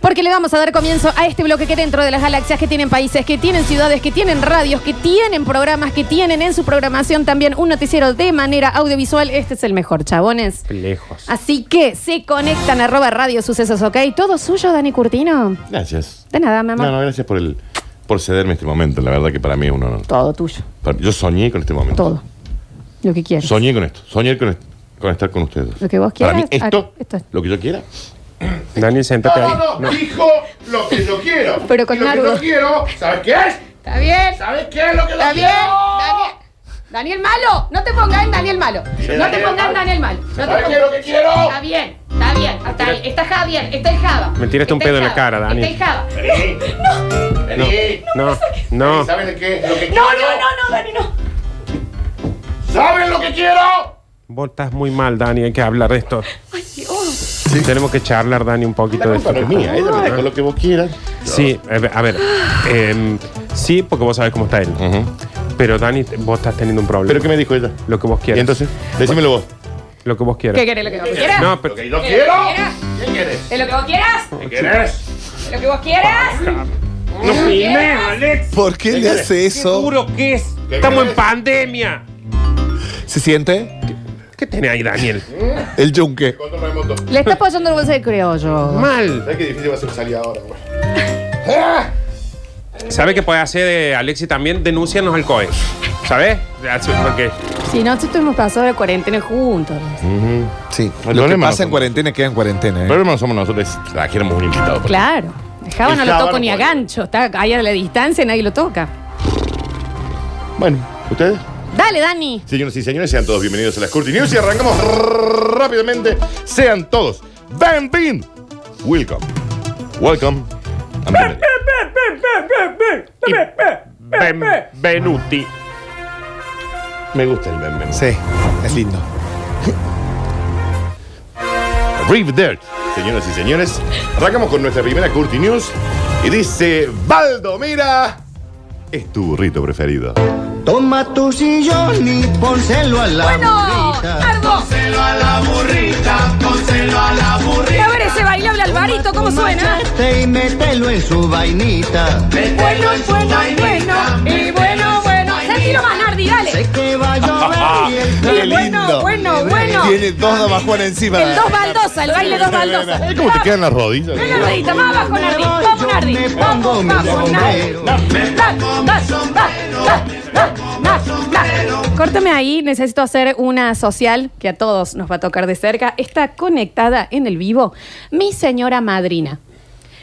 Porque le vamos a dar comienzo a este bloque que dentro de las galaxias que tienen países, que tienen ciudades, que tienen radios, que tienen programas, que tienen en su programación también un noticiero de manera audiovisual. Este es el mejor, chabones. Lejos. Así que se conectan arroba radio sucesos, ok. Todo suyo, Dani Curtino. Gracias. De nada, mi amor. No, no, gracias por el por cederme este momento. La verdad que para mí es un honor. Todo tuyo, Para- Yo soñé con este momento. todo. Lo que quieras. Soñé con esto. Soñé con, est- con estar con ustedes. Lo que vos Para mí, quieras, esto, ah, esto es- lo que yo quiera. Dani, siéntate ahí. No, no, no, dijo lo que yo quiero. Pero con Y lo que algo. yo quiero, ¿sabes qué es? Está bien, ¿Sabes qué es lo que yo está bien. quiero? Daniel, Daniel Malo, no te pongas en Daniel Malo. No te Daniel pongas en Malo. Daniel Malo. No te ¿Sabes qué pongas- es lo que quiero? Está bien, está bien. Hasta ahí. Está Javier, está el Java. Me tiraste un Está el pedo en la Java, cara, Dani. Está el Java. Vení. Vení. No, no. ¿Sabes de qué? es Lo que No, quiero? no, no, no, Dani, no. ¿Saben lo que quiero? Vos estás muy mal, Dani. Hay que hablar de esto. Ay, Dios. Tenemos que charlar, Dani, un poquito La de culpa esto. no es Ah, mía, ella me dejó lo que vos quieras. Sí, a ver. a ver, em, sí, porque vos sabés cómo está él. Pero, Dani, vos estás teniendo un problema. Mm. ¿Pero qué me dijo ella? Lo que vos Y quieras. entonces, decímelo vos. Lo que vos quieras. ¿Qué querés? ¿Lo que vos quieras? No, ¿Lo pero. que yo quiero? Mira. ¿Qué quieres? ¿De lo que vos quieras? ¿Qué quieres? ¿De lo que vos quieras? ¡No filmes, Alex! ¿Por qué le hace eso? Seguro que es. ¿Qué Estamos en querés? pandemia. ¿Se siente? ¿Qué tenés ahí, Daniel? El yunque. Control remoto. Le está apoyando el bolso de criollo. Mal. ¿Sabes qué difícil va a ser salir ahora, güey? ¿Sabes qué puede hacer eh, Alexi también? Denúncianos al COE. ¿Sabes? Hace- Porque. Si no, estuvimos pasando de cuarentena juntos. Sí. El Lo que problema no pasa en cuarentena queda en El cuarentena. ¿eh? problema no somos nosotros, es- trajéramos un invitado. pues. por Claro. El Java no El lo Java toco no ni a puede. gancho. Está ahí a la distancia y nadie lo toca. ejemplo. Bueno, ¿ustedes? Dale, Dani. Señoras y señores, sean todos bienvenidos a las Curti News y arrancamos rrrr- rápidamente. Sean todos. Bam, bim. Welcome. Welcome. I'm Benedict. y- Ben- Benuti. Me gusta el Bam Bam. Sí, es lindo. Rive Dirt. Señoras y señores, arrancamos con nuestra primera Curti News y dice: Baldo, mira. Es tu burrito preferido. Toma tu sillón y pónselo a la Bueno, burrita. Ardo. Y a ver ese bailable Alvarito, ¿cómo Toma tu suena? machete Y mételo en su vainita. Bueno, bueno, bueno. Y bueno, bueno. Sentilo más, Nardi, dale. Sé que va a llover y el Qué calor- bueno, bueno, bueno. Tiene dos damas Juan encima. El dos baldosas, el baile dos baldosas. ¿Sabes cómo te quedan las rodillas? Ven, Nardita, más abajo, Nardi. Vamos, Nardi. Vamos, vamos, Nardi. Córtame ahí, necesito hacer una social que a todos nos va a tocar de cerca. Está conectada en el vivo mi señora madrina.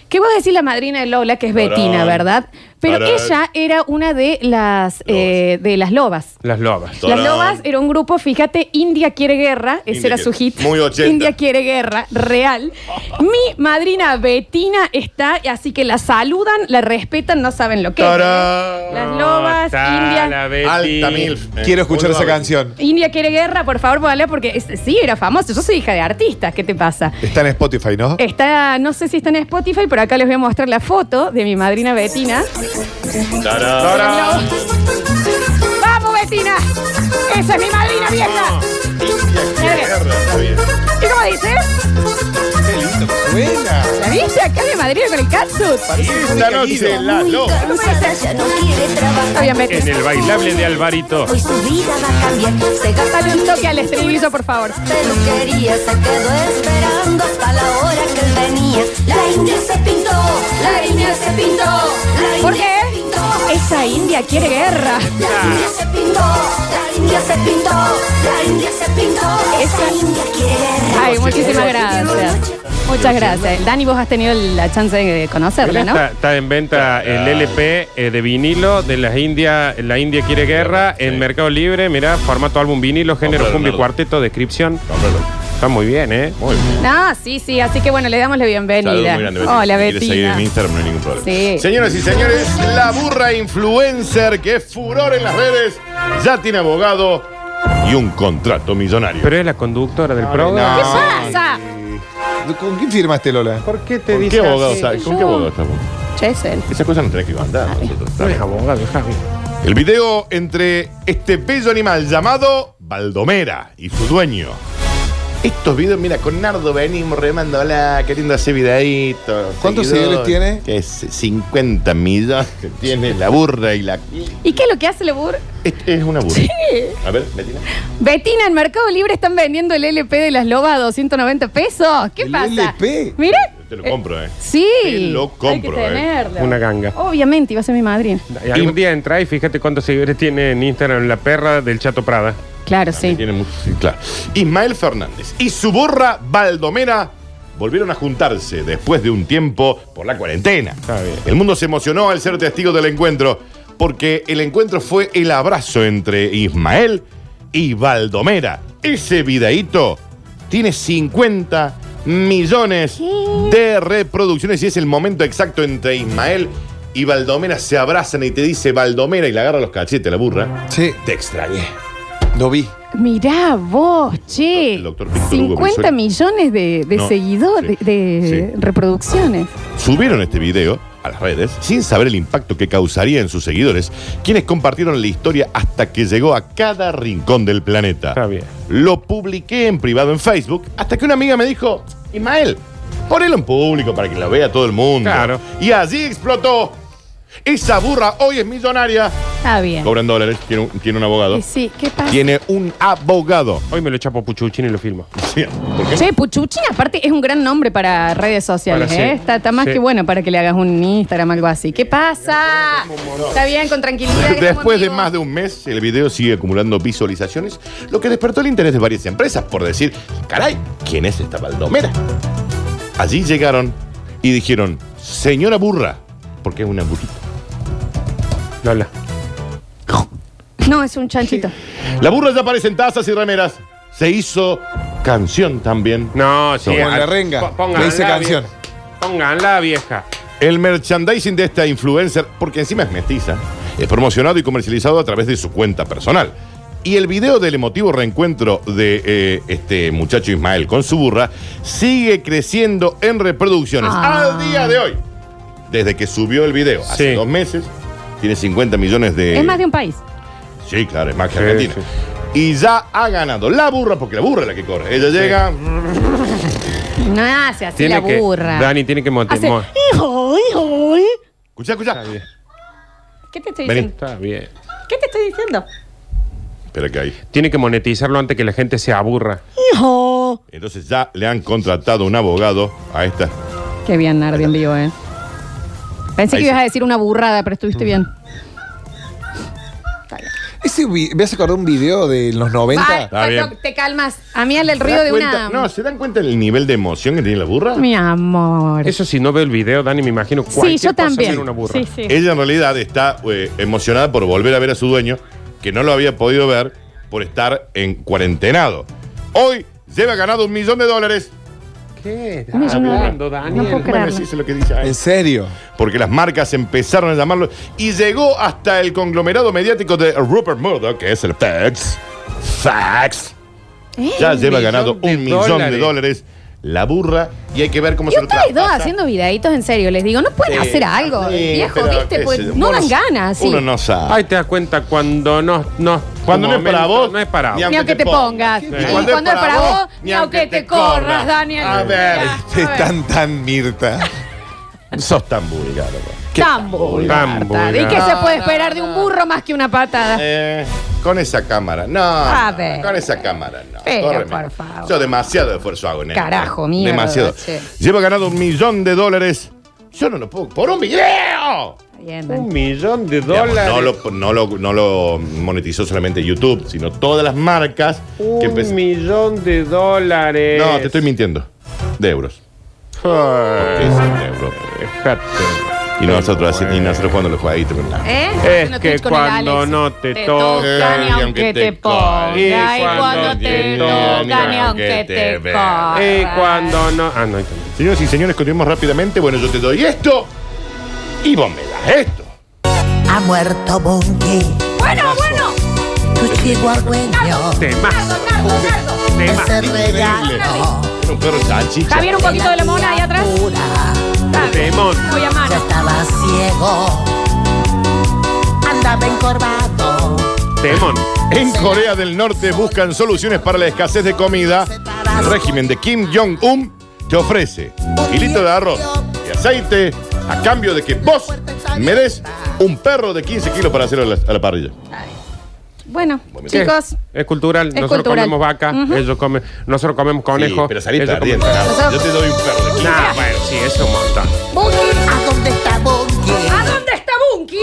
Que vos decís la madrina de Lola, que es Tarán. Betina, ¿verdad? Pero Tarán. ella era una de las, eh, de las lobas. Las lobas. Tarán. Las Lobas era un grupo, fíjate, India quiere guerra, ese India era su quiere- hit. muy 80. India quiere guerra, real. Mi madrina Betina está, así que la saludan, la respetan, no saben lo que es. Tarán. Las Lobas, India. Alta milf. Quiero escuchar esa canción. canción. India quiere guerra, por favor, vale, porque es- sí, era famoso. Yo soy hija de artistas, ¿qué te pasa? Está en Spotify, ¿no? Está, no sé si está en Spotify, pero acá les voy a mostrar la foto de mi madrina Betina. ¡Vamos, Betina! ¡Esa es mi madrina vieja! Eh, ¿Y cómo dice? Buena. ¿La viste acá de madrina con el catsuit? Esta noche la loca. ya no quiere Está bien, trabajar. Betina. En el bailable de Alvarito. Hoy su vida va a cambiar. Se gasta Dale un toque al estribillo, por favor. Peluquería se quedó esperando hasta la hora que él venía. La India se pintó, la India se pintó, la India ¿Por qué? se pintó. Esa India quiere guerra. La India se pintó, la India se pintó, la India se pintó. Esa India quiere. Ay, muchísimas gracias. Muchas gracias. Dani, vos has tenido la chance de conocerla, ¿no? Está, está en venta el LP eh, de vinilo de las India. La India quiere guerra. En Mercado Libre, mirá, formato álbum vinilo, género Compralo, cumbia y Nardo. cuarteto, descripción. Cómpralo. Está muy bien, ¿eh? Muy bien. Ah, sí, sí. Así que bueno, le damos la Saludos bienvenida. muy grande, Betty. Hola, Si quieres seguir Betina. en Instagram, no hay ningún problema. Sí. Señoras y señores, la burra influencer que es furor en las redes ya tiene abogado y un contrato millonario. Pero es la conductora del programa. ¿Qué pasa? ¿Con quién firmaste, Lola? ¿Por qué te ¿Con dice qué abogado así? está- ¿Con Yo- qué abogado estamos? Chesel. Esas cosas no tenés que mandar. nosotros, No ¿sabes? es abogado, Javi. El video entre este bello animal llamado Baldomera y su dueño. Estos videos, mira, con Nardo venimos remando, hola, qué lindo hace videadito. ¿Cuántos seguidores tiene? Que es 50 millones que tiene la burra y la... ¿Y qué es lo que hace Lebur? Es, es una burra. A ver, Betina. Betina, en Mercado Libre están vendiendo el LP de las Lobas a 290 pesos. ¿Qué ¿El pasa? LP? Mira. Te lo compro, ¿eh? Sí. Te lo compro, Hay eh. que tenerlo. Una ganga. Obviamente, iba a ser mi madre. Algún día entra y fíjate cuántos seguidores tiene en Instagram la perra del Chato Prada. Claro, sí. Tiene mucho- sí, claro. Ismael Fernández y su burra Baldomera volvieron a juntarse después de un tiempo por la cuarentena. Está bien. El mundo se emocionó al ser testigo del encuentro, porque el encuentro fue el abrazo entre Ismael y Baldomera. Ese videíto tiene 50 millones de reproducciones y es el momento exacto entre Ismael y Baldomera. Se abrazan y te dice Baldomera y le agarra los cachetes la burra. Sí, Te extrañé. lo vi. Mirá vos, che. El doctor Víctor Hugo 50 Brizuela. millones de, de No, seguidores, sí, de, de reproducciones. Subieron este video a las redes sin saber el impacto que causaría en sus seguidores, quienes compartieron la historia hasta que llegó a cada rincón del planeta. Está bien. Lo publiqué en privado en Facebook hasta que una amiga me dijo, Ismael, ponelo en público para que lo vea todo el mundo. Claro. Y allí explotó. Esa burra hoy es millonaria. Está bien. Cobran dólares, tiene un, tiene un abogado. Eh, Sí, ¿qué pasa? Tiene un abogado. Hoy me lo chapo Puchuchín y lo filmo. Sí, ¿por qué? Che, Puchuchín aparte es un gran nombre para redes sociales, Para ¿eh? sí. Está, está más Sí. que bueno para que le hagas un Instagram algo así. ¿Qué pasa? Está bien, con tranquilidad. que estamos Después de vivos. más de un mes, el video sigue acumulando visualizaciones, lo que despertó el interés de varias empresas por decir, caray, ¿quién es esta baldomera? Allí llegaron y dijeron, señora burra, porque es una burrita. Lola. No, es un chanchito. La burra ya aparece en tazas y remeras. Se hizo canción también. No, sí. Como en ah, la renga. po- pónganla, Le hice canción. vie- Pónganla, vieja. El merchandising de esta influencer, porque encima es mestiza, es promocionado y comercializado a través de su cuenta personal. Y el video del emotivo reencuentro de eh, este muchacho Ismael con su burra sigue creciendo en reproducciones Ah. al día de hoy. Desde que subió el video, hace Sí. dos meses, tiene 50 millones de... Es más de un país. Sí, claro, es más que Sí, Argentina. Y ya ha ganado la burra, porque la burra es la que corre. Ella llega, Mm. No hace así la que, burra. Dani tiene que montar. Hace, hijo, hijo. ¿eh? escucha, escucha. ¿Qué te estoy Vení. diciendo? Está bien. ¿Qué te estoy diciendo? Espera que hay. Tiene que monetizarlo antes que la gente se aburra. Hijo. Entonces ya le han contratado un abogado a esta Qué bien, Nardi, en vivo, ¿eh? Pensé Ahí que sí. ibas a decir una burrada, pero estuviste bien. Ese vi- ¿Me has acordado un video de los 90? Está bien. Pato, te calmas. A mí el el ¿Se ruido da de una... cuenta? No, ¿se dan cuenta del nivel de emoción que tiene la burra? Mi amor. Eso si no veo el video, Dani, me imagino sí, cualquier yo cosa también. ser una burra. Sí, sí. Ella en realidad está eh, emocionada por volver a ver a su dueño, que no lo había podido ver por estar en cuarentenado. Hoy lleva ganado un millón de dólares. ¿Qué? Está Me suena- hablando, Dani. No puedo Bueno, creerlo. sí, eso es lo que dice. Ay, ¿En serio? Porque las marcas empezaron a llamarlo y llegó hasta el conglomerado mediático de Rupert Murdoch, que es el Fax. Fax. Eh, Ya lleva millón ganado de un millón de dólares. dólares la burra y hay que ver cómo Y se lo ustedes dos traspasa. haciendo videitos en serio, les digo, no pueden Sí, hacer algo, Eh, sí, viejo, pero viste, qué pues sé yo. no Uno dan ganas, sí. Uno no sabe. Ay, te das cuenta cuando no. no Cuando tu no es para momento vos, No es para ni vos. ni aunque te pongas. Sí. Y cuando, es para vos, ni aunque te corras, Daniel. A ver, Mirá, Este es tan, tan Mirta. Sos tan vulgar. papá. Tan vulgar, Tan Tati. ¿Y vulgar. qué se puede esperar de un burro más que una patada? Eh, con esa cámara, no. A no, ver. Con esa cámara, no. Pero, Córreme. por favor. Yo demasiado esfuerzo hago en esto. Carajo, mierda, Demasiado. che. Lleva ganado un millón de dólares. Yo no lo puedo. ¡Por un video! Bien, Dani. Un millón de Digamos, dólares. no, lo, no, lo, no lo monetizó solamente YouTube, sino todas las marcas que Un empezaron. millón de dólares. No, te estoy mintiendo. De euros. ¿Qué es en Europa? Y nosotros, así, y nosotros jugando los jueguitos. pero nada. ¿Eh? Es Haciendo que Twitch con el cuando Alex. no te toca, ni aunque te ponga. Y cuando te toca, ni aunque te vea. ponga. Y Eh, cuando no. Ah, no, ahí está. Señoras y señores, continuemos rápidamente. Bueno, yo te doy esto y vos me das esto. Ha muerto Bunky, Bueno, bueno. tu chihuahueño. Temazo, Nardo, Nardo. temazo. Ese regalo. Era un perro salchicha. Javier, un poquito de la mona ahí atrás. Dale. Temón. Voy a Ya mano. estaba ciego. Andaba encorvado. Temón. En Corea del Norte buscan soluciones para la escasez de comida. El régimen de Kim Jong-un te ofrece hilito de arroz y aceite a cambio de que vos me des un perro de 15 kilos para hacerlo a la, a la parrilla. Bueno, Sí, chicos. Es cultural. Nosotros cultural. comemos vaca, ellos comen, nosotros comemos conejo. Sí, pero salí ellos comen- perdiendo. Nardo. Yo te doy un perro de 15 Nah, bueno, sí, eso es un montón. ¿A dónde está Bunky? ¿A dónde está Bunky?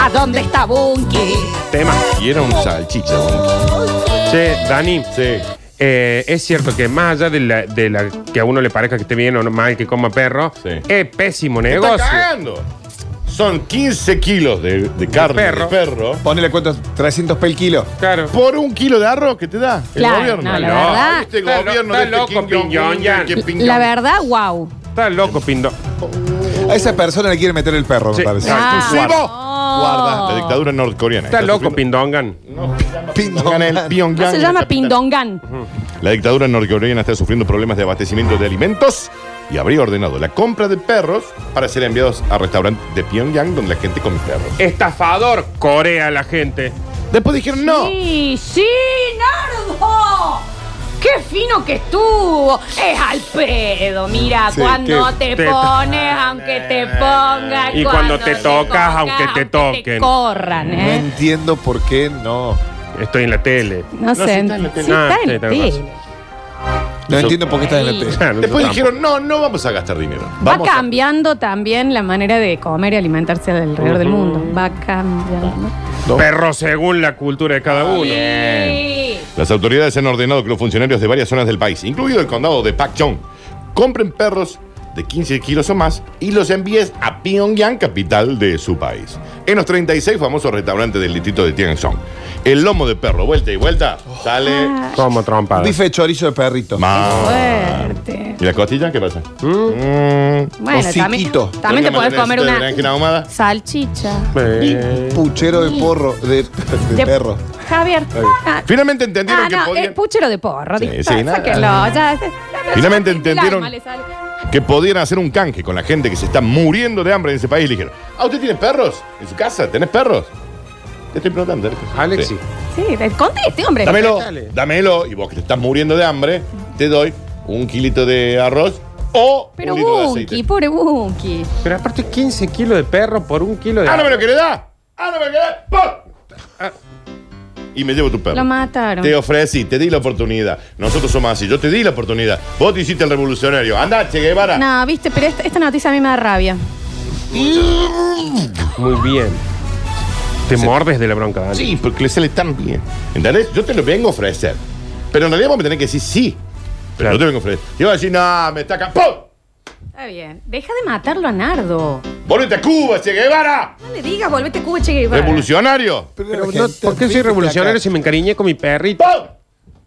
¿A dónde está Bunky? Tema. Y era un salchicha. don. Che, Dani. Sí. eh, es cierto que más allá de la, de la que a uno le parezca que esté bien o no mal que coma perro, Sí. es pésimo ¿Qué negocio. está cagando? Son 15 kilos de, de carne de perro. perro Ponele cuánto, 300 pel kilo. Claro. por un kilo de arroz que te da el Claro, gobierno. no, la verdad. Este Está gobierno lo- de está este loco, Kim Jong-un, Piñón, que Yan. Piñón- La verdad, wow. Está loco, Pindo. A esa persona le quiere meter el perro, Sí. me parece. Ah. Exclusivo. no. Guarda, la dictadura norcoreana. Está loco, sufriendo- Pindongan. Pyongyang, el No Pyongyang, se la llama capital. Pindongan. La dictadura norcoreana está sufriendo problemas de abastecimiento de alimentos y habría ordenado la compra de perros para ser enviados a restaurantes de Pyongyang donde la gente come perros. Estafador, Corea, la gente. Después dijeron no. Sí, sí, Nardo. Qué fino que estuvo. Es al pedo. Mira, Sí, cuando que te, te- pones, aunque te pongan. Y cuando te tocas, aunque te toquen. corran, No ¿eh? entiendo por qué no. Estoy en la tele. No, sé. está en la tele. Sí, Ah, está sí, en la tenés tele. razón. No entiendo por qué estás en la tele. Claro, Después yo dijeron no, no vamos a gastar dinero. Va Vamos a- cambiando también la manera de comer y alimentarse alrededor del mundo. Va cambiando. tampoco. Perro según la cultura de Ah, cada uno. Sí. Las autoridades han ordenado que los funcionarios de varias zonas del país, incluido el condado de Pakchong, compren perros de 15 kilos o más y los envíes a Pyongyang, capital de su país. En los 36 famosos restaurantes del distrito de Tianzong. El lomo de perro, vuelta y vuelta, sale... Ah, Como trompada. Bife de chorizo de perrito. más. Fuerte. ¿Y la costilla qué pasa? Mm. Bueno, también, Hociquito. también te podés Una comer de una berenjena ahumada. salchicha. Eh, Puchero de porro, de, de De- perro. Javier. Ah, Finalmente entendieron ah, que no, podían... es puchero de porro. Sí, di- sí, nada. sáquenlo, ya, Finalmente ya- entendieron- el alma le sale. que podían hacer un canje con la gente que se está muriendo de hambre en ese país. Le dijeron, ¿ah, usted tiene perros? ¿En su casa? ¿Tenés perros? Te estoy preguntando. Alex. Alexi. Sí. Sí, de- conteste, hombre. Dámelo, Dale. dámelo. Y vos que te estás muriendo de hambre, te doy un kilito de arroz o Pero un litro de Bunky, aceite. pobre Bunky. Pero aparte 15 kilos de perro por un kilo de... ¡Ah, no me lo querés dar! ¡Ah, no me lo querés dar! ¡Pum! Ah. Y me llevo tu perro. Lo mataron. Te ofrecí, te di la oportunidad. Nosotros somos así. Yo te di la oportunidad. Vos te hiciste el revolucionario. Anda, Che Guevara. No, viste, pero esta, esta noticia a mí me da rabia. Muy bien. Te mordes de la bronca, Dani. Sí, porque le sale tan bien. ¿Entendés? Yo te lo vengo a ofrecer. Pero en realidad vos me tenés que decir sí. Pero Claro. no te vengo a ofrecer. Yo voy a decir, no, me está acá. ¡Pum! Está bien. Deja de matarlo a Nardo. ¡Volvete a Cuba, Che Guevara! No le digas, volvete Cuba, Che Guevara. ¡Revolucionario! Pero no, ¿Por qué soy revolucionario si me encariñé con mi perrito? ¡Pum!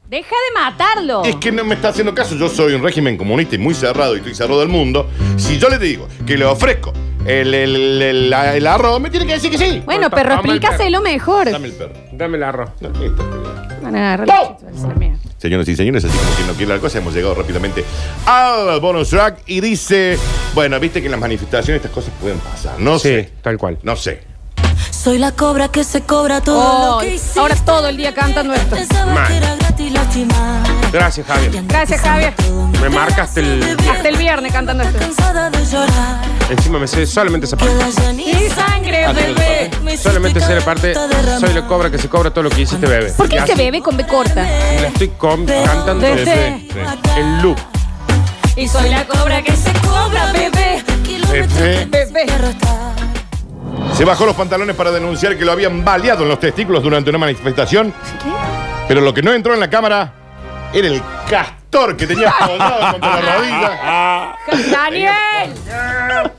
Deja de matarlo. Es que no me está haciendo caso. Yo soy un régimen comunista y muy cerrado y estoy cerrado del mundo. Si yo le digo que le ofrezco el, el- el- el arroz, me tiene que decir que sí. Bueno, Toma el pero perro. explícaselo mejor. Dame el perro. Dame el arroz. No, ahí está, mira. Van a agarrar la ¡Pum! chicha del ser mío. Señoras y señores, así como quien no quiere la cosa, hemos llegado rápidamente al bonus track y dice, bueno, viste que en las manifestaciones estas cosas pueden pasar. No Sí, sé. tal cual. No sé. Soy la cobra que se cobra todo Oh, lo que hiciste. ahora todo el día cantando esto. Pensabas Mal. que era gratis lastimar. Gracias, Y Javier. andar Gracias, Javier. pensando todo. Me marcaste el... Hasta el viernes cantando esto. Cansada de llorar. Encima me sé solamente esa parte. Queda Y ceniza. sangre, Ah, bebé. Me hiciste Solamente sé la cada parte... gota derramar. Soy la cobra que se cobra todo lo que hiciste, bebé. ¿Por qué Y este así bebé con B corta? La estoy com- cantando Desde- desde el loop. Y soy la cobra que se cobra, bebé. Kilómetros Bebé. que me hiciste arrastrar. Se bajó los pantalones para denunciar que lo habían baleado en los testículos durante una manifestación. Pero lo que no entró en la cámara era el castigo Thor que tenía colgado contra la rodilla. ¡Daniel!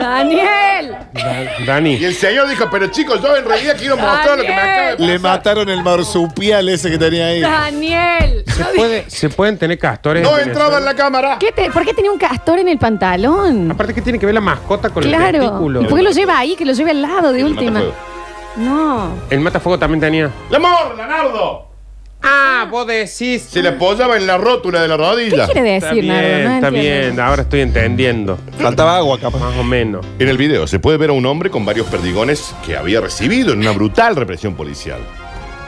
¡Daniel! Da- Dani. Y el señor dijo, pero chicos, yo en realidad quiero Ah, mostrar lo que me acaba de pasar. Le mataron el marsupial ese que tenía ahí. ¡Daniel! ¿Se, puede- se pueden tener castores. No en entraba en Venezuela? la cámara. ¿Qué te- ¿Por qué tenía un castor en el pantalón? Aparte, ¿qué tiene que ver la mascota con el Claro. testículo? ¿Y por qué lo lleva ahí? Que lo lleve al lado de El última. matafuego. No. El matafuego también tenía. ¡La morla, Nardo! Ah, vos decís. Se le apoyaba en la rótula de la ¿Qué rodilla. quiere Está decir, bien, Nardo? No está entiendo. bien. Ahora estoy entendiendo. Faltaba agua, capaz. Más o menos. En el video se puede ver a un hombre con varios perdigones que había recibido en una brutal represión policial.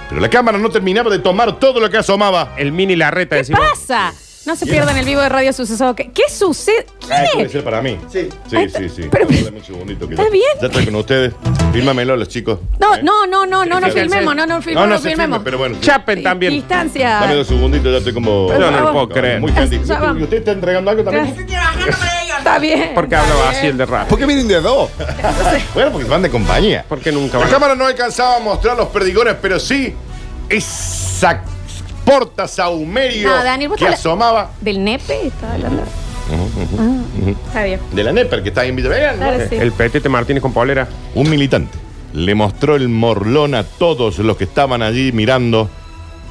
Pero la cámara no terminaba de tomar todo lo que asomaba. El mini larreta ¿Qué pasa? No se pierdan el vivo de Radio Suceso. ¿Qué, qué sucede? Ah, puede ¿Quién es? ser para mí. Sí. Ahí Sí, está. sí, sí. Pero- Dame un segundito que ¿Está ya- bien? Ya estoy con ustedes. Fírmamelo a los chicos. No, no, no, no, no, no Sí, sí, filmemos, no, no no, filmemos, no, se filmemos. firme, pero bueno. sí. Chapen también. Distancia. Dame dos segunditos, ya estoy como. Yo no lo Como puedo creer. Muy candid. Ya vamos. ¿Y usted está entregando algo también? Está bien. ¿Por qué hablaba así el de rap? ¿Por qué vienen de dos? Bueno, porque van de compañía. ¿Por qué nunca La van? cámara no alcanzaba a mostrar los perdigones, pero sí esa porta saumerio No, Daniel, vos que te la- asomaba ¿Del nepe? Estaba hablando. Ah, Está bien. de la NEPER que está ahí en video. Vean, ¿no? Claro, sí. El petete Martínez con polera. Un militante le mostró el morlón a todos los que estaban allí mirando,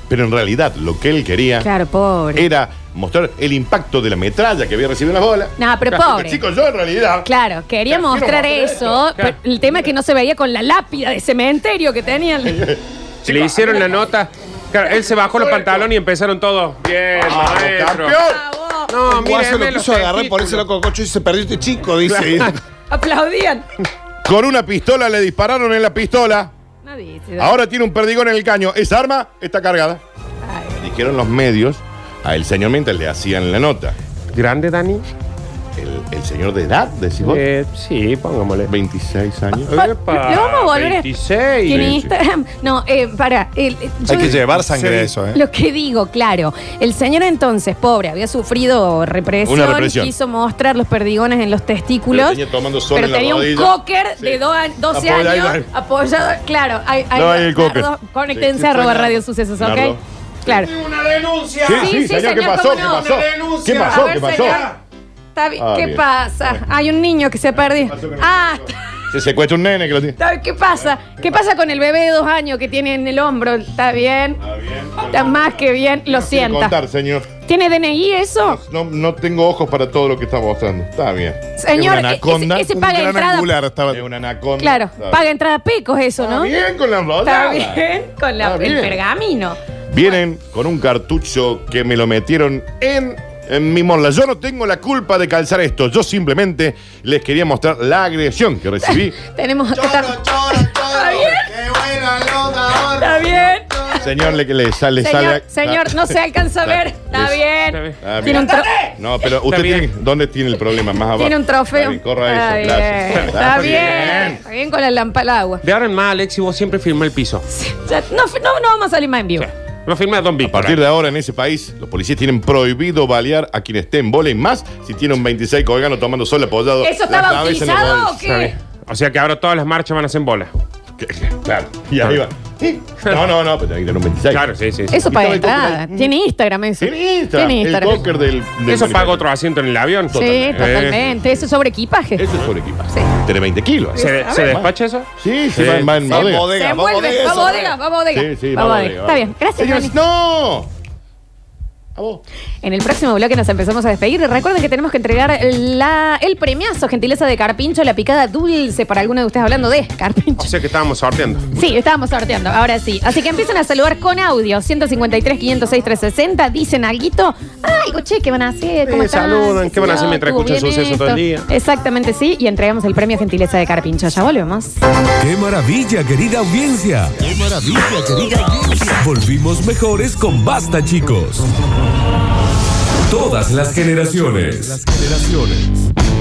pero en realidad lo que él quería Claro, pobre. era mostrar el impacto de la metralla que había recibido en la bola. No, pero Porque, pobre. Chicos, yo en realidad. Claro, quería Quiero mostrar mostrar eso. esto. pero el tema es que no se veía con la lápida de cementerio que tenían. Le hicieron la nota. Claro, él se bajó los pantalones y empezaron todos. Bien, ¡Vamos, maestro. campeón! No, Guaso mírenme Ah, lo los quiso agarrar y testículos. ponerse loco cocho y se perdió este chico, dice. Aplaudían. Con una pistola le dispararon en la pistola. No dice. Ahora tiene un perdigón en el caño. Esa arma está cargada. Dijeron los medios a el señor mientras le hacían la nota. ¿Grande, Dani? El, el señor de edad, decís vos. Eh, sí, pongámosle. 26 años. Pa- lo vamos a volver a- 26. Tiene Instagram. No, eh, para. el- yo- Hay que llevar sangre a eso, ¿eh? Lo que digo, claro. El señor entonces, pobre, había sufrido represión. Una represión. Quiso mostrar los perdigones en los testículos. Pero tenía tomando sol Pero en la tenía un rodilla. cocker de Sí. do- 12 Apoyado ahí, años Dani. apoyado. Claro, ahí, ahí No, va, ahí el cocker. Nardo, conéctense Sí, sí, arroba Nardo. Radio Sucesos, ¿ok? Nardo. Claro. ¡Una denuncia! Sí, sí, sí, señor, ¿qué señor, pasó? ¿cómo ¿Qué no? pasó? Una denuncia. ¿Qué A pasó? ver, ¿Qué pasó? señor. Está bien. Ah, ¿Qué bien. pasa? Hay un niño que se ha perdido. pasó con el Ah, Se secuestra un nene que lo tiene. está bien. ¿Qué pasa? ¿Qué pasa con el bebé de dos años que tiene en el hombro? ¿Está bien? Está más que bien. Lo Quiere sienta. contar, señor. ¿Tiene DNI eso? No, no tengo ojos para todo lo que está mostrando. Está bien. Señor, e- es una anaconda. ese- ese un paga gran entrada. angular estaba. Es una anaconda. Claro. Está Paga entrada pecos eso, ¿no? bien. Está bien con la Está rodada. bien. Con la- Está bien. el pergamino. Vienen con un cartucho que me lo metieron en, en mi morla. Yo no tengo la culpa de calzar esto. Yo simplemente les quería mostrar la agresión que recibí. Tenemos que Choro, estar. choro, choro. bien? ¡Qué buena loca ahora! Está bien. señor, le, le sale, Señor, sale. señor, no se alcanza a ver. Está Les- Está bien. bien. Ah, Tiene bien. un tro- No, pero usted bien. tiene. ¿Dónde tiene el problema? Más abajo. Tiene un Está trofeo. bien, corra eso, Está gracias. bien, Está bien. Está bien con la lámpara de agua. De ahora en más, Alexi, vos siempre firmás el piso. Ya, no, no, no vamos a salir más en vivo. Lo firma Don A Víctor. partir de ahora en ese país, los policías tienen prohibido balear a quien esté en bola y más si tiene un 26 colgando tomando sol apoyado. ¿Eso la está cabeza en el bautizado o bolso. Está qué? bien. O sea que ahora todas las marchas van a ser en bola. Claro. Y arriba. ¿Sí? No, no, no, pero tiene que tener un 26. Claro, sí, sí. sí. Eso Y paga todo el coco entrada. ahí. Tiene Instagram eso. Tiene Instagram. Tiene Instagram. El póker del, del Eso paga manifestante. otro asiento en el avión. Sí, totalmente. Eso es sobre equipaje. Eso es por equipo. Sí. Tiene 20 kilos. ¿Se, A se ver. despacha eso? Sí, sí, Sí. va, va en Va bodega. a Se bodega, va a envuelve. bodega Va a eso. bodega, va a bodega. Sí, sí, va a va a bodega. bodega, Está va. bien. Gracias, Señores, Dani. ¡No! A vos. En el próximo bloque nos empezamos a despedir. Recuerden que tenemos que entregar la, el premiazo, gentileza de Carpincho, la picada dulce para alguno de ustedes hablando de O Carpincho. sea que estábamos sorteando. Sí, estábamos sorteando, ahora sí. Así que empiezan a saludar con audio. 153, 506, 360. Dicen alguito. Algo, che, ¿qué van a hacer? ¿Cómo Sí, están? saludan, Sí, Eh, ¿qué van a hacer señor, mientras ¿estuvo escuchan bien Suceso todo el esto? Exactamente, sí. Y entregamos el premio Gentileza de Carpincho. Ya volvemos. ¡Qué maravilla, querida audiencia! ¡Qué maravilla, querida audiencia! Volvimos mejores con Basta, chicos. Todas las generaciones. Las generaciones.